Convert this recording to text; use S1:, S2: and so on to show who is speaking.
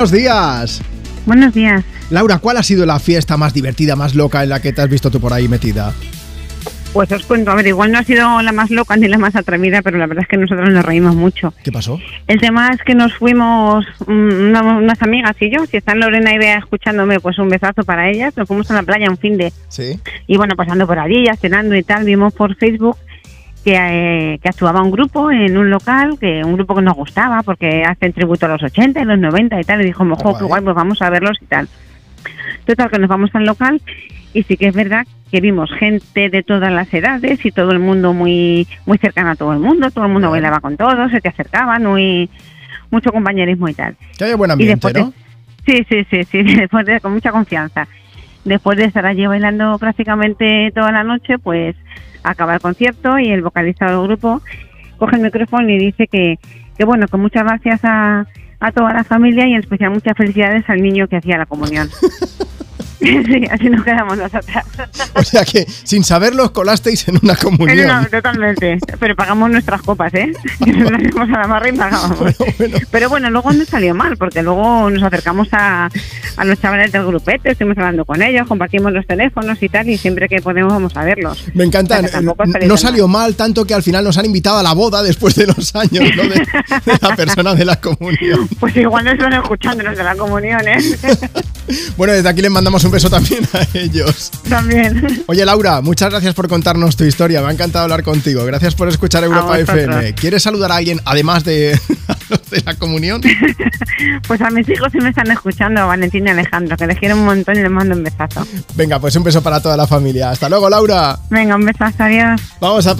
S1: Buenos días.
S2: Buenos días.
S1: Laura, ¿cuál ha sido la fiesta más divertida, más loca en la que te has visto tú por ahí metida?
S2: Pues os cuento, a ver, igual no ha sido la más loca ni la más atrevida, pero la verdad es que nosotros nos reímos mucho.
S1: ¿Qué pasó?
S2: El tema es que nos fuimos mm, una- unas amigas y yo, si están Lorena y Bea escuchándome, pues un besazo para ellas. Nos fuimos a la playa un fin de
S1: Sí.
S2: y bueno, pasando por allí, ya cenando y tal, vimos por Facebook que, eh, que actuaba un grupo en un local, que un grupo que nos gustaba, porque hacen tributo a los 80 y los 90 y tal, y dijo,
S1: Guay.
S2: mojo, qué guay, pues vamos a verlos y tal. Total, que nos vamos al local y sí que es verdad que vimos gente de todas las edades y todo el mundo muy muy cercano a todo el mundo, todo el mundo
S1: Guay.
S2: bailaba con todos, se te acercaban, muy, mucho compañerismo y tal.
S1: Que haya buen
S2: Y
S1: ambiente,
S2: después de-
S1: ¿no?
S2: Sí, sí, sí, sí, después de- con mucha confianza. Después de estar allí bailando prácticamente toda la noche, pues acaba el concierto y el vocalista del grupo coge el micrófono y dice que, que bueno, que muchas gracias a, a toda la familia y en especial muchas felicidades al niño que hacía la comunión. sí, así nos quedamos nosotras.
S1: O sea que sin saberlo os colasteis en una
S2: Pero Eh, no,
S1: comunión.
S2: totalmente. Pero pagamos nuestras copas, ¿eh? Que nos las dimos a la barra y pagábamos.
S1: Bueno, bueno.
S2: Pero bueno, luego no salió mal, porque luego nos acercamos a, a los chavales del grupete, estuvimos hablando con ellos, compartimos los teléfonos y tal, y siempre que podemos vamos a verlos.
S1: Me encantan.
S2: Pero tampoco ha salido
S1: No
S2: mal.
S1: salió mal tanto que al final nos han invitado a la boda después de los años ¿no? de, de la persona de la comunión.
S2: Pues igual no están escuchando los de la comunión, ¿eh?
S1: Bueno, desde aquí les mandamos un beso también a ellos.
S2: También.
S1: Oye, Laura, muchas gracias por contarnos tu historia. Me ha encantado hablar contigo. Gracias por escuchar Europa
S2: vosotros.
S1: FM. ¿Quieres saludar a alguien además de, de la comunión?
S2: Pues a mis hijos sí me están escuchando, a Valentina y Alejandro, que les quiero un montón y les mando un besazo.
S1: Venga, pues un beso para toda la familia. Hasta luego, Laura.
S2: Venga, un besazo, adiós.
S1: Vamos a